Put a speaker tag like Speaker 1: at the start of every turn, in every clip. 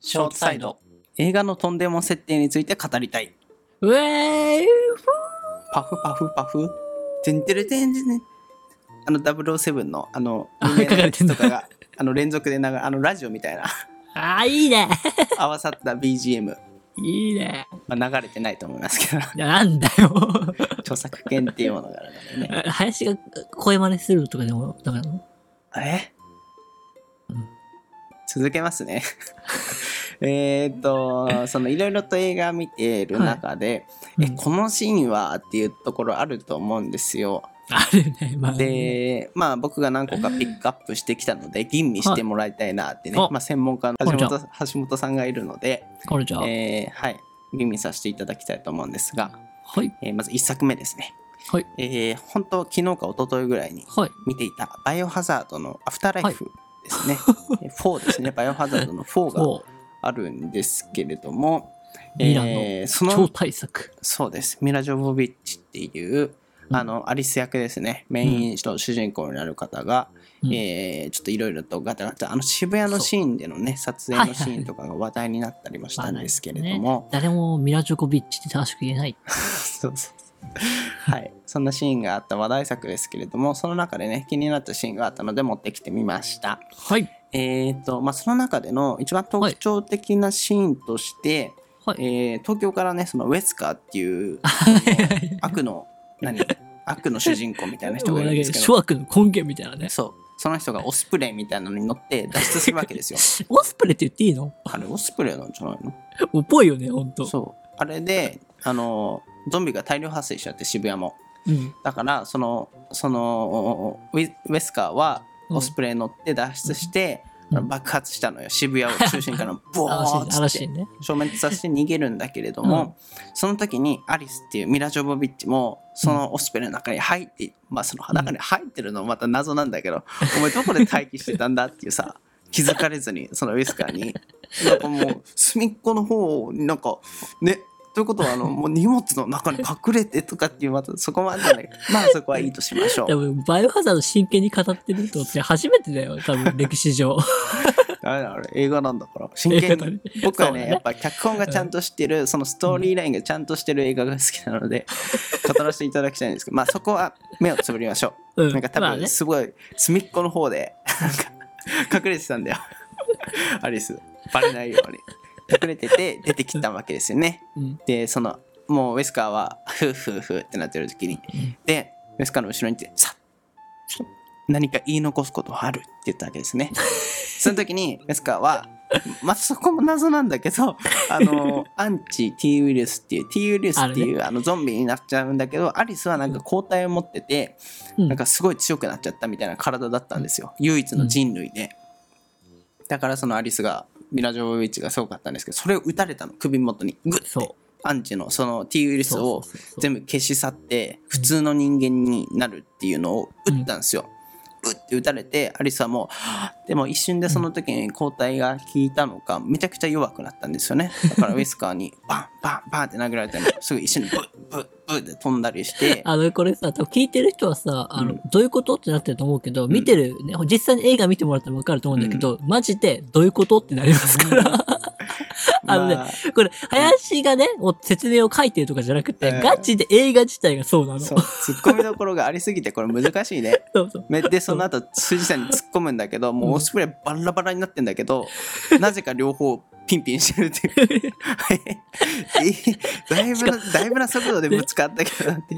Speaker 1: ショートサイド映画のとんでも設定について語りたい
Speaker 2: ウェーイ
Speaker 1: パフパフパフてんてれてんてねあの007のあの
Speaker 2: あ
Speaker 1: 有名なやつとか
Speaker 2: 書か
Speaker 1: があの連続で流れあのラジオみ たいな
Speaker 2: あー、いいね
Speaker 1: 合わさった BGM、
Speaker 2: いいね
Speaker 1: まあ、流れてないと思いますけど
Speaker 2: いや、なんだよ
Speaker 1: 著作権っていうものがあるのでね
Speaker 2: 林が声真似するとかでもダメなの
Speaker 1: え
Speaker 2: うん
Speaker 1: 続けますね えーっとそのいろいろと映画見てる中で、え
Speaker 2: うん
Speaker 1: このシーンはっていうところあると思うんですよ
Speaker 2: あるね、まあ、ね。
Speaker 1: でまあ僕が何個かピックアップしてきたので吟味してもらいたいなってね、
Speaker 2: はいあ
Speaker 1: まあ、専門家の
Speaker 2: こ
Speaker 1: 橋
Speaker 2: んにち
Speaker 1: 本
Speaker 2: は
Speaker 1: 橋本さんがいるので、
Speaker 2: これじゃあ、
Speaker 1: えーはい吟味させていただきたいと思うんですが、
Speaker 2: はい、
Speaker 1: えーまず1作目ですね、
Speaker 2: はい、
Speaker 1: えー、本当昨日か一昨日ぐらいに
Speaker 2: はい。
Speaker 1: 見ていたバイオハザードのアフターライフですね、えー4ですねバイオハザードの4が
Speaker 2: おう、
Speaker 1: あるんですけれども、
Speaker 2: ミラ
Speaker 1: えー
Speaker 2: の
Speaker 1: そ
Speaker 2: 超
Speaker 1: の
Speaker 2: 大作。
Speaker 1: そうですミラ・ジョボビッチっていう
Speaker 2: うん
Speaker 1: あのアリス役ですねメインの主人公になる方が、
Speaker 2: うん
Speaker 1: えーちょっといろいろとガタガタあの渋谷のシーンでのね撮影のシーンとかが話題になったりもしたんですけれども、
Speaker 2: 誰もミラ・ジョコビッチって正しく言えない。
Speaker 1: そうそうはい、そんなシーンがあった話題作ですけれどもその中でね気になったシーンがあったので持ってきてみました
Speaker 2: はい。
Speaker 1: えーとまあ、その中での一番特徴的なシーンとして、
Speaker 2: はい。
Speaker 1: えー東京からねそのウェスカーっていう
Speaker 2: はい
Speaker 1: 悪の何悪の主人公みたいな人
Speaker 2: も
Speaker 1: が
Speaker 2: う
Speaker 1: い
Speaker 2: な
Speaker 1: る
Speaker 2: ん
Speaker 1: ん
Speaker 2: か
Speaker 1: です け
Speaker 2: 諸
Speaker 1: ど
Speaker 2: 悪の根源みたいなね。
Speaker 1: そうその人がオスプレイみたいなのに乗って脱出するわけです よ
Speaker 2: オスプレイって言っていいの
Speaker 1: あれオスプレイなんじゃないの
Speaker 2: もうぽいよね、ほんと。
Speaker 1: そうあれであのゾンビが大量発生しちゃって渋谷も
Speaker 2: うん。
Speaker 1: だからそのそのウィウェスカーはオスプレイに乗って脱出して、
Speaker 2: うんうん
Speaker 1: 爆発したのよ渋谷を中心 からボーッつっ
Speaker 2: 嵐
Speaker 1: て
Speaker 2: いね。
Speaker 1: 消滅させて逃げるんだけれども、その時にアリスっていうミラ・ジョボビッチもそのオスペルの中に入って、まあその中に入ってるのもまた謎なんだけど、お前どこで待機してたんだっていうさ気づかれずにそのウィスカーになんかもう隅っこの方になんかねということはあのもう荷物の中に隠れてとかっていうまたそこもあったんだけどまあそこはいいとしましょう
Speaker 2: で。も、バイオハザード真剣に語ってるとって初めてだよ、多分、歴史上。
Speaker 1: あれあれ映画なんだから真剣
Speaker 2: 映画だね
Speaker 1: に僕は
Speaker 2: そう
Speaker 1: ね
Speaker 2: だね
Speaker 1: やっぱ脚本がちゃんとしてる、そのストーリーラインがちゃんとしてる映画が好きなの で、語らせていただきたいんですけどまあそこは目をつぶりましょう、
Speaker 2: う ん
Speaker 1: なんか多
Speaker 2: まあね
Speaker 1: 分すごい隅っこの方でなんか隠れてたんだよ アリスバレないように隠れてて出てきたわけですよね
Speaker 2: うん。
Speaker 1: でそのもうウェスカーはフーフーフーってなってる時にでウェスカーの後ろにいてさ何か言い残すことはあるって言ったわけ ですねその時にウェスカーはまあそこも謎なんだけどあの アンチ T ウイルスっていう T ウイルスっていうあ、のゾンビになっちゃうんだけどアリスはなんか抗体を持ってて、
Speaker 2: うん
Speaker 1: なんかすごい強くなっちゃったみたいな体だったんですよ唯一の人類で、だからそのアリスがミラ・ジョボビッチがすごかったんですけどそれを撃たれたの首元にグッて
Speaker 2: そう。
Speaker 1: アンチのその T ウイルスを全
Speaker 2: 部。
Speaker 1: 部消し去って普通の人間になるっていうのを打ったんですよ。打って打たれてアリスはもうはぁでも一瞬でその時に抗体が効いたのかめちゃくちゃ弱くなったんですよねだからウィスカー にバンバンバンって殴られたりすぐ一瞬にブッブッブッって飛んだりして
Speaker 2: あの、これさ、多分聞いてる人はさ、あの、
Speaker 1: うん
Speaker 2: どういうことってなってると思うけど、見てる、ね、実際に映画見てもらったら分かると思うんだけど、マジでどういうことってなりますから。あのね
Speaker 1: ま
Speaker 2: これ、林がね、もう説明を書いてるとかじゃなくて、
Speaker 1: ええ
Speaker 2: ガチで映画自体がそうなの。
Speaker 1: あ
Speaker 2: そ
Speaker 1: そううツッコミどころがありすぎてこれ難しいね
Speaker 2: そう
Speaker 1: めでその後辻さんに突っ込むんだけどもうオスプレイバラバラになってんだけ どなぜか両方ピンピンしてるっていうえだいぶなだいぶな速度でぶつかったけどなって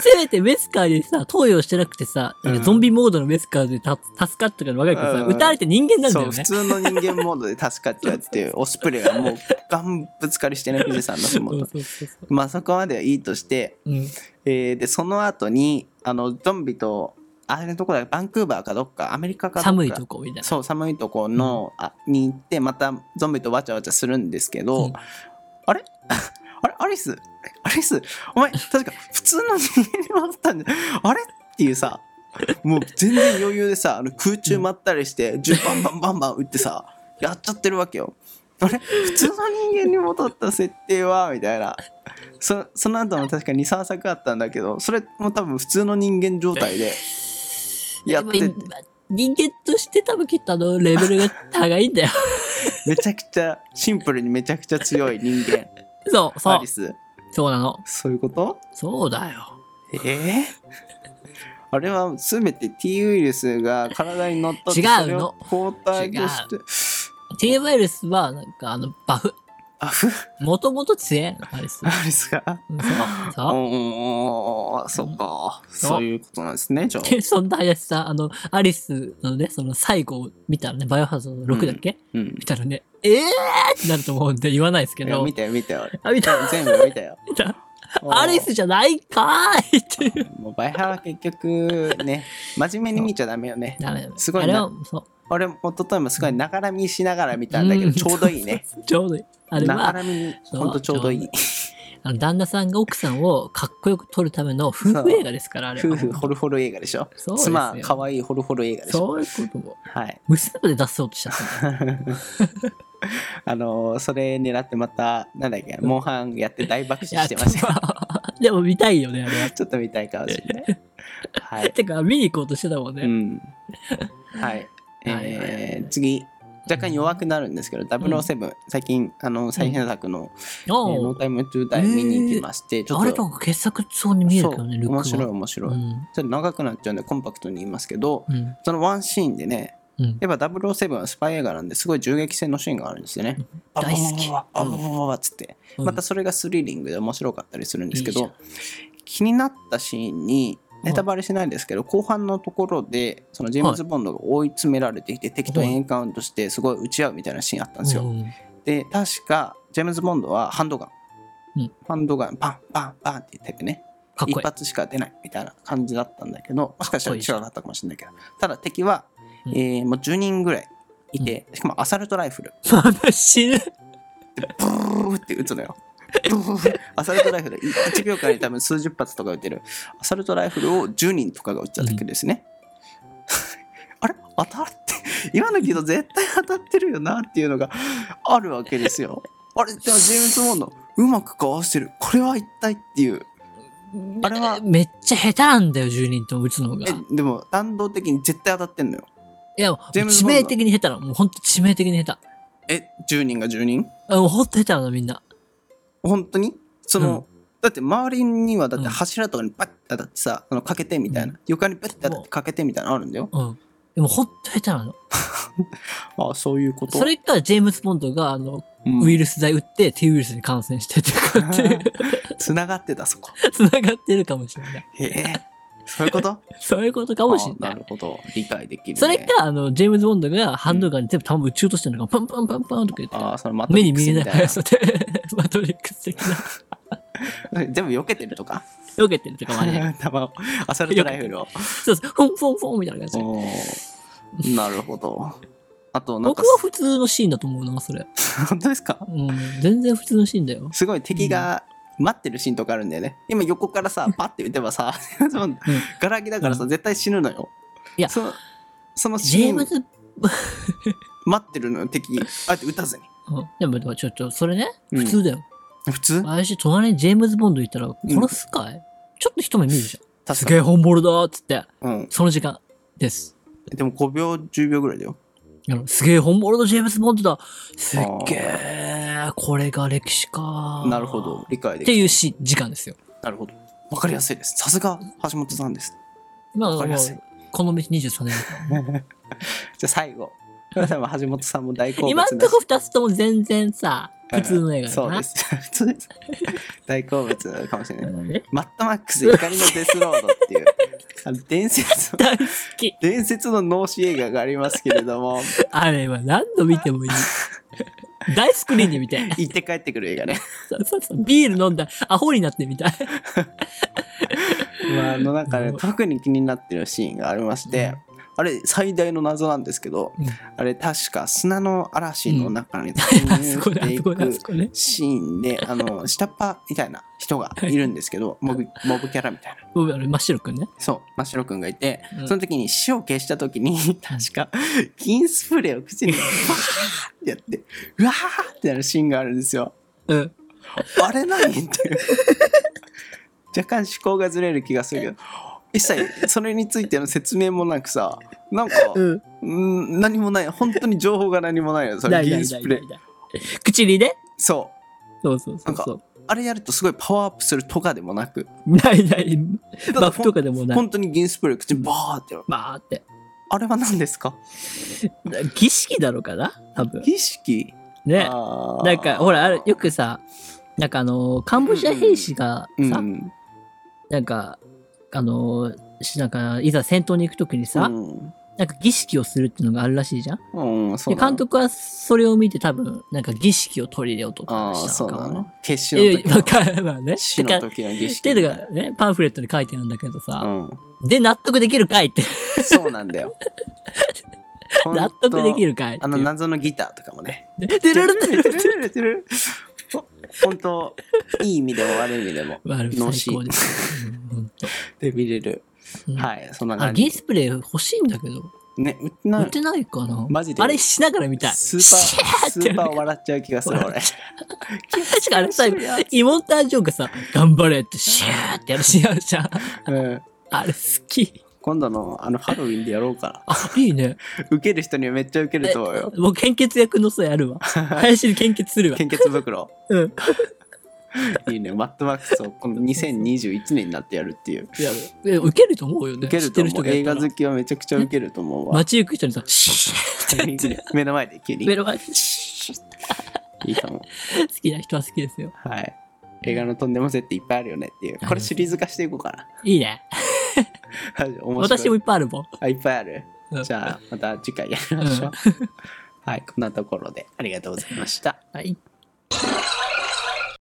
Speaker 2: せめてウェスカーにさ、投与してなくてさ、なんか
Speaker 1: うん
Speaker 2: ゾンビモードのウェスカーでた助かったから若い子さ、
Speaker 1: うん
Speaker 2: 撃たれて人間なんだ
Speaker 1: そ
Speaker 2: よ
Speaker 1: う
Speaker 2: ね。
Speaker 1: 普通の人間モードで助かっちゃうっていうオスプレイがもうガンぶつかりしてね藤さんの
Speaker 2: そ
Speaker 1: ふ
Speaker 2: う
Speaker 1: も
Speaker 2: そう
Speaker 1: と
Speaker 2: そうそう。
Speaker 1: まあそこまではいいとして、
Speaker 2: うん。
Speaker 1: えーでその後にあのゾンビとあれどこだバンクーバーかどっかアメリカかどっか
Speaker 2: 寒いとこみたいな。
Speaker 1: そう寒いとこの、あに行ってまたゾンビとわちゃわちゃするんですけど、
Speaker 2: うん
Speaker 1: あれあれアリスアリスお前確か普通の人間になったんじゃあれっていうさもう全然余裕でさあの空中舞ったりして銃バンバンバンバン撃ってさやっちゃってるわけよあれ普通の人間に戻った設定はみたいなそその後も確か23作あったんだけどそれも多分普通の人間状態でやってて
Speaker 2: でも今人間として多分きっとあのレベルが高いんだよ。
Speaker 1: めちゃくちゃシンプルにめちゃくちゃ強い人間
Speaker 2: そう、そ
Speaker 1: ア
Speaker 2: う
Speaker 1: リ。ス
Speaker 2: そうなの。
Speaker 1: そういうこと
Speaker 2: そうだよ。
Speaker 1: ええあれは全て T ウイルスが体に乗っ取って
Speaker 2: 違うの
Speaker 1: それを抗体として
Speaker 2: T バイルスは、なんかあの、バフ。
Speaker 1: あふ
Speaker 2: もともと強えの、アリス。
Speaker 1: アリスが
Speaker 2: うん
Speaker 1: お
Speaker 2: そう、
Speaker 1: おーそうかそういうことなんですねじゃ
Speaker 2: そう。で、そんな林さん、あの、アリスのね、その最後を見たらね、バイオハザード6だっけ、
Speaker 1: あうん
Speaker 2: 見たらね、えーってなると思うんで言わないですけ
Speaker 1: いや
Speaker 2: ど
Speaker 1: 見、たよ見たよ
Speaker 2: あ見た
Speaker 1: 俺全部見たよ
Speaker 2: 見た
Speaker 1: おー
Speaker 2: アリスじゃないかーいっていう。
Speaker 1: もうバイハは結局ね真面目に見ちゃダメよね
Speaker 2: ダメだね
Speaker 1: すごい
Speaker 2: あ
Speaker 1: な
Speaker 2: れは、そう。
Speaker 1: 俺も一昨日もすごいながら見しながら見たんだけど
Speaker 2: うん
Speaker 1: ちょうどいいね
Speaker 2: ちょうどいい。あれ
Speaker 1: なが
Speaker 2: は、
Speaker 1: ら見にほんとちょうどいい
Speaker 2: あの旦那さんが奥さんをかっこよく撮るための夫婦映画ですから、あれは。
Speaker 1: 夫婦ホルホル映画でしょ
Speaker 2: そうですよ
Speaker 1: 妻可愛いホルホル映画でしょ
Speaker 2: そういうことも。
Speaker 1: はい
Speaker 2: 娘まで出そうとしちゃったんだよ。
Speaker 1: あのーそれ狙ってまたなんだっけモンハンやって大爆
Speaker 2: いや
Speaker 1: 笑してま した
Speaker 2: でも見たいよね、あれは。
Speaker 1: ちょっと見たいかもしれないはい
Speaker 2: てか、見に行こうとしてたもんね。
Speaker 1: うんはい
Speaker 2: はいはいは
Speaker 1: えー次若干弱くなるんですけど、007、最近、あの、最新作の、えーノー
Speaker 2: おう
Speaker 1: タイムトゥーダイ見に行きまして、ちょ
Speaker 2: あれ
Speaker 1: っと、
Speaker 2: となんか傑作そうに見える
Speaker 1: そう
Speaker 2: けどね、ルックは。
Speaker 1: 面白い面白い。
Speaker 2: うん。
Speaker 1: ちょっと長くなっちゃうんでコンパクトに言いますけど、
Speaker 2: うん。
Speaker 1: そのワンシーンでね、
Speaker 2: うん。
Speaker 1: やっぱ007はスパイ映画なんですごい銃撃戦のシーンがあるんですよね。
Speaker 2: うん大好き
Speaker 1: あバババババババババっつって。
Speaker 2: うん
Speaker 1: またそれがスリリングで面白かったりするんですけ
Speaker 2: いい
Speaker 1: ど、気になったシーンに、ネタバレしないんですけど、後半のところで、そのジェームズ・ボンドが追い詰められていて、敵とエンカウントして、すごい撃ち合うみたいなシーンあったんですよ。
Speaker 2: うん
Speaker 1: で、確か、ジェームズ・ボンドはハンドガン。
Speaker 2: うん
Speaker 1: ハンドガン、パン、パン、パンって言っててね、
Speaker 2: かっ
Speaker 1: 一
Speaker 2: こいい。
Speaker 1: 発しか出ないみたいな感じだったんだけど、もしかしたら
Speaker 2: かっこいいじゃん
Speaker 1: 違かったかもしれないけど、ただ敵は、
Speaker 2: うん
Speaker 1: えーもう10人ぐらいいて、しかもアサルトライフル、
Speaker 2: まだ死 ぬ。
Speaker 1: ブーって撃つのよ。ブーアサルトライフル、1秒間に多分数十発とか撃てる、アサルトライフルを10人とかが撃っちゃったわけですね。あれ当たって、今のけど絶対当たってるよなっていうのがあるわけですよ。あれでもジェームズ・ボンド、うまくかわしてる、これは一体っていう。あれは
Speaker 2: めっちゃ下手なんだよ、10人とも打つのが。い
Speaker 1: えでも弾道的に絶対当たってんのよ
Speaker 2: や、
Speaker 1: ジェームズ
Speaker 2: 致
Speaker 1: ボンド
Speaker 2: 命的に下手なの。もうほんと致命的に下手。
Speaker 1: え10人が10人
Speaker 2: あもうほんと下手なの、みんな。
Speaker 1: 本当にその、だって周りにはだって
Speaker 2: うん
Speaker 1: 柱とかにバッて当たってさあのかけてみたいな、
Speaker 2: う
Speaker 1: 床にバッて当たってかけてみたいなのあるんだよ
Speaker 2: うん。でもほんと下手なの。
Speaker 1: あそういうこと
Speaker 2: それか、ジェームズ・ボンドが、あの、
Speaker 1: うん
Speaker 2: ウイルス剤打って、T ウイルスに感染してとかっていう、
Speaker 1: 繋がってたそこ
Speaker 2: 繋がってるかもしれない。
Speaker 1: へえそういうこと
Speaker 2: そういう ことかもしれな
Speaker 1: あ
Speaker 2: い
Speaker 1: なる。ほど理解できる、ね、
Speaker 2: それか、あの、ジェームズ・ボンドがハンドガンに全部弾撃ち落としてるのが、パンパンパンパンとか言って
Speaker 1: あーそのマト
Speaker 2: 目
Speaker 1: リ
Speaker 2: に
Speaker 1: ック
Speaker 2: 見え
Speaker 1: スみ
Speaker 2: ない
Speaker 1: たい
Speaker 2: 速さで、マトリックス的な、
Speaker 1: な全部避けてると か
Speaker 2: 避けてるとかま で。
Speaker 1: 弾をアサルトライフルを
Speaker 2: そうそう、フォンフォンフォンみたいな感じで。
Speaker 1: おーなるほどあとなんか
Speaker 2: 僕は普通のシーンだと思うな、それ。
Speaker 1: 本当ですか
Speaker 2: うん、全然普通のシーンだよ。
Speaker 1: すごい敵が待ってるシーンとかあるんだよね。今横からさ、パッて打てばさ、 そのガラ空きだからさ、絶対死ぬのよ。
Speaker 2: いや
Speaker 1: その、その
Speaker 2: ジ
Speaker 1: シ
Speaker 2: ェ
Speaker 1: ー
Speaker 2: ーム
Speaker 1: ン
Speaker 2: ズ、
Speaker 1: 待ってるのよ、敵。あえて打たずに。
Speaker 2: うん、でもでもちょっと、それね、
Speaker 1: うん
Speaker 2: 普通だよ。
Speaker 1: 普通
Speaker 2: 私、隣にジェームズ・ボンドいたら、殺すかい、ちょっと一目見るじゃん。
Speaker 1: 確
Speaker 2: す
Speaker 1: か
Speaker 2: げ
Speaker 1: に。
Speaker 2: え本ボロだーっつって、
Speaker 1: うん。
Speaker 2: その時間です。
Speaker 1: でも5秒、10秒ぐらいだよ。
Speaker 2: あのすげえ本物のジェームズ・ボンドだすっげえこれが歴史か
Speaker 1: なるほど。理解
Speaker 2: っ
Speaker 1: で
Speaker 2: て
Speaker 1: きる。
Speaker 2: いうし時間ですよ
Speaker 1: なるほど。わかりやすいです。さすが、橋本さんです。
Speaker 2: まあ
Speaker 1: わかりやすい
Speaker 2: もうこの道23年
Speaker 1: じゃあ最後。 これ多分橋本さんも大好物
Speaker 2: 今
Speaker 1: だし
Speaker 2: んとこ2つとも全然さ普通の映画だ
Speaker 1: そう
Speaker 2: な
Speaker 1: で、す。 普通です。大好物かもしれない。
Speaker 2: うんえ
Speaker 1: マットマックス怒りのデスロードっていう、あの伝説の
Speaker 2: 大好き
Speaker 1: 伝説の脳死映画がありますけれども
Speaker 2: あれは何度見てもいい大スクリーンで見たい
Speaker 1: 行って帰ってくる映画ね、
Speaker 2: そうそうそうビール飲んだアホになってみたい
Speaker 1: まあ、あの中で
Speaker 2: うん
Speaker 1: 特に気になってるシーンがありまして、あれ最大の謎なんですけど、
Speaker 2: うん
Speaker 1: あれ確か砂の嵐の中に突
Speaker 2: あ
Speaker 1: 入してい
Speaker 2: そこねあそこねあそ
Speaker 1: く
Speaker 2: こね
Speaker 1: シーンであの下っ端みたいな人がいるんですけどモブモブキャラみたいな
Speaker 2: もうあれ真っ白くんね
Speaker 1: そう真っ白くんがいて、
Speaker 2: うん
Speaker 1: その時に死を消した時に 確か金スプレーを口にバーってやってうわーってなるシーンがあるんですよ。
Speaker 2: うん
Speaker 1: あれ何っていう。若干思考がずれる気がするけど、一切それについての説明もなくさなんか、
Speaker 2: うん。
Speaker 1: うん、何もない本当に情報が何もないのそ
Speaker 2: な
Speaker 1: れ
Speaker 2: い
Speaker 1: ギ
Speaker 2: ない
Speaker 1: ース
Speaker 2: ない
Speaker 1: プ
Speaker 2: な
Speaker 1: レイ
Speaker 2: いない。口にね。
Speaker 1: そ
Speaker 2: そうそうそうそう。
Speaker 1: うあれやるとすごいパワーアップするとかでもなく
Speaker 2: ないない。バフとかでも
Speaker 1: ほん
Speaker 2: ない。
Speaker 1: 本当にギースプレイ口にバーってやる
Speaker 2: バーって。
Speaker 1: あれは何ですか
Speaker 2: 儀式だろうかな多分。
Speaker 1: 儀式
Speaker 2: ね。
Speaker 1: あー
Speaker 2: なんか、ほら、あれ、よくさ、なんかあのー、カンボジア兵士が
Speaker 1: うん
Speaker 2: さ、なんか、あのー、しなんか、いざ戦闘に行くときにさ、
Speaker 1: うん
Speaker 2: なんか儀式をするっていうのがあるらしいじゃん。
Speaker 1: うん、そう
Speaker 2: で
Speaker 1: なの
Speaker 2: 監督はそれを見て多分、なんか儀式を取り入れようと
Speaker 1: あ
Speaker 2: か
Speaker 1: あ
Speaker 2: した
Speaker 1: そ
Speaker 2: の
Speaker 1: う
Speaker 2: か
Speaker 1: な
Speaker 2: もね
Speaker 1: の。決死の
Speaker 2: え
Speaker 1: 時
Speaker 2: え、わ
Speaker 1: の
Speaker 2: かるわね。
Speaker 1: 死の時の儀式
Speaker 2: で、だからね、パンフレットに書いてあるんだけどさ、
Speaker 1: う
Speaker 2: で、納得できるかいって、
Speaker 1: ん、そうなんだよほんと
Speaker 2: 納得できるかいって
Speaker 1: あの謎のギターとかもね
Speaker 2: ででるるるるる
Speaker 1: 本当いい意味でも悪い意味でも
Speaker 2: 悪い
Speaker 1: のし
Speaker 2: 最高です。うんほんと
Speaker 1: で見れる、
Speaker 2: うん
Speaker 1: はいそんな
Speaker 2: あ、
Speaker 1: 感
Speaker 2: ゲ
Speaker 1: じ
Speaker 2: ースプレイ欲しいんだけど、
Speaker 1: ね売ってな
Speaker 2: 売っ
Speaker 1: い
Speaker 2: てないかな
Speaker 1: マジで
Speaker 2: あれしながら見たい。
Speaker 1: ス
Speaker 2: シ
Speaker 1: ーパー
Speaker 2: ャ
Speaker 1: ス
Speaker 2: ーってや
Speaker 1: ー
Speaker 2: る
Speaker 1: パー笑っちゃう気がする俺
Speaker 2: 確かあれさ、イモンタージョーがさ、頑張れってシャーってやるしやるじゃん。
Speaker 1: うん
Speaker 2: あれ好き。
Speaker 1: 今度のあのハロウィンでやろうか
Speaker 2: あ、いいね。
Speaker 1: な受ける人にはめっちゃ受けると思うよ
Speaker 2: もう献血役のさ、やるわ。林に献血する わ。
Speaker 1: 献血袋
Speaker 2: うん。
Speaker 1: いいね マッドマックスをこの2021年になってやるっていう
Speaker 2: やる。え、受けると思うよね。
Speaker 1: 受け
Speaker 2: 知
Speaker 1: る
Speaker 2: っ
Speaker 1: と
Speaker 2: てる人
Speaker 1: 思う
Speaker 2: がや
Speaker 1: 映
Speaker 2: った
Speaker 1: 画
Speaker 2: ら
Speaker 1: 好きはめちゃくちゃ受けると 思うわ
Speaker 2: 街行く人にさ、シャーってやってる。
Speaker 1: 目の前で急に
Speaker 2: メロマンシャー
Speaker 1: いいかも
Speaker 2: 好きな人は好きですよ。
Speaker 1: はい映画のとんでもせっていっぱいあるよねっていうこれシリーズ化していこうかな
Speaker 2: いいね。
Speaker 1: はい面白い
Speaker 2: 私もいっぱいあるもん。
Speaker 1: あいっぱいある
Speaker 2: うん
Speaker 1: じゃあまた次回やりましょう、はいこんなところでありがとうございました
Speaker 2: はい。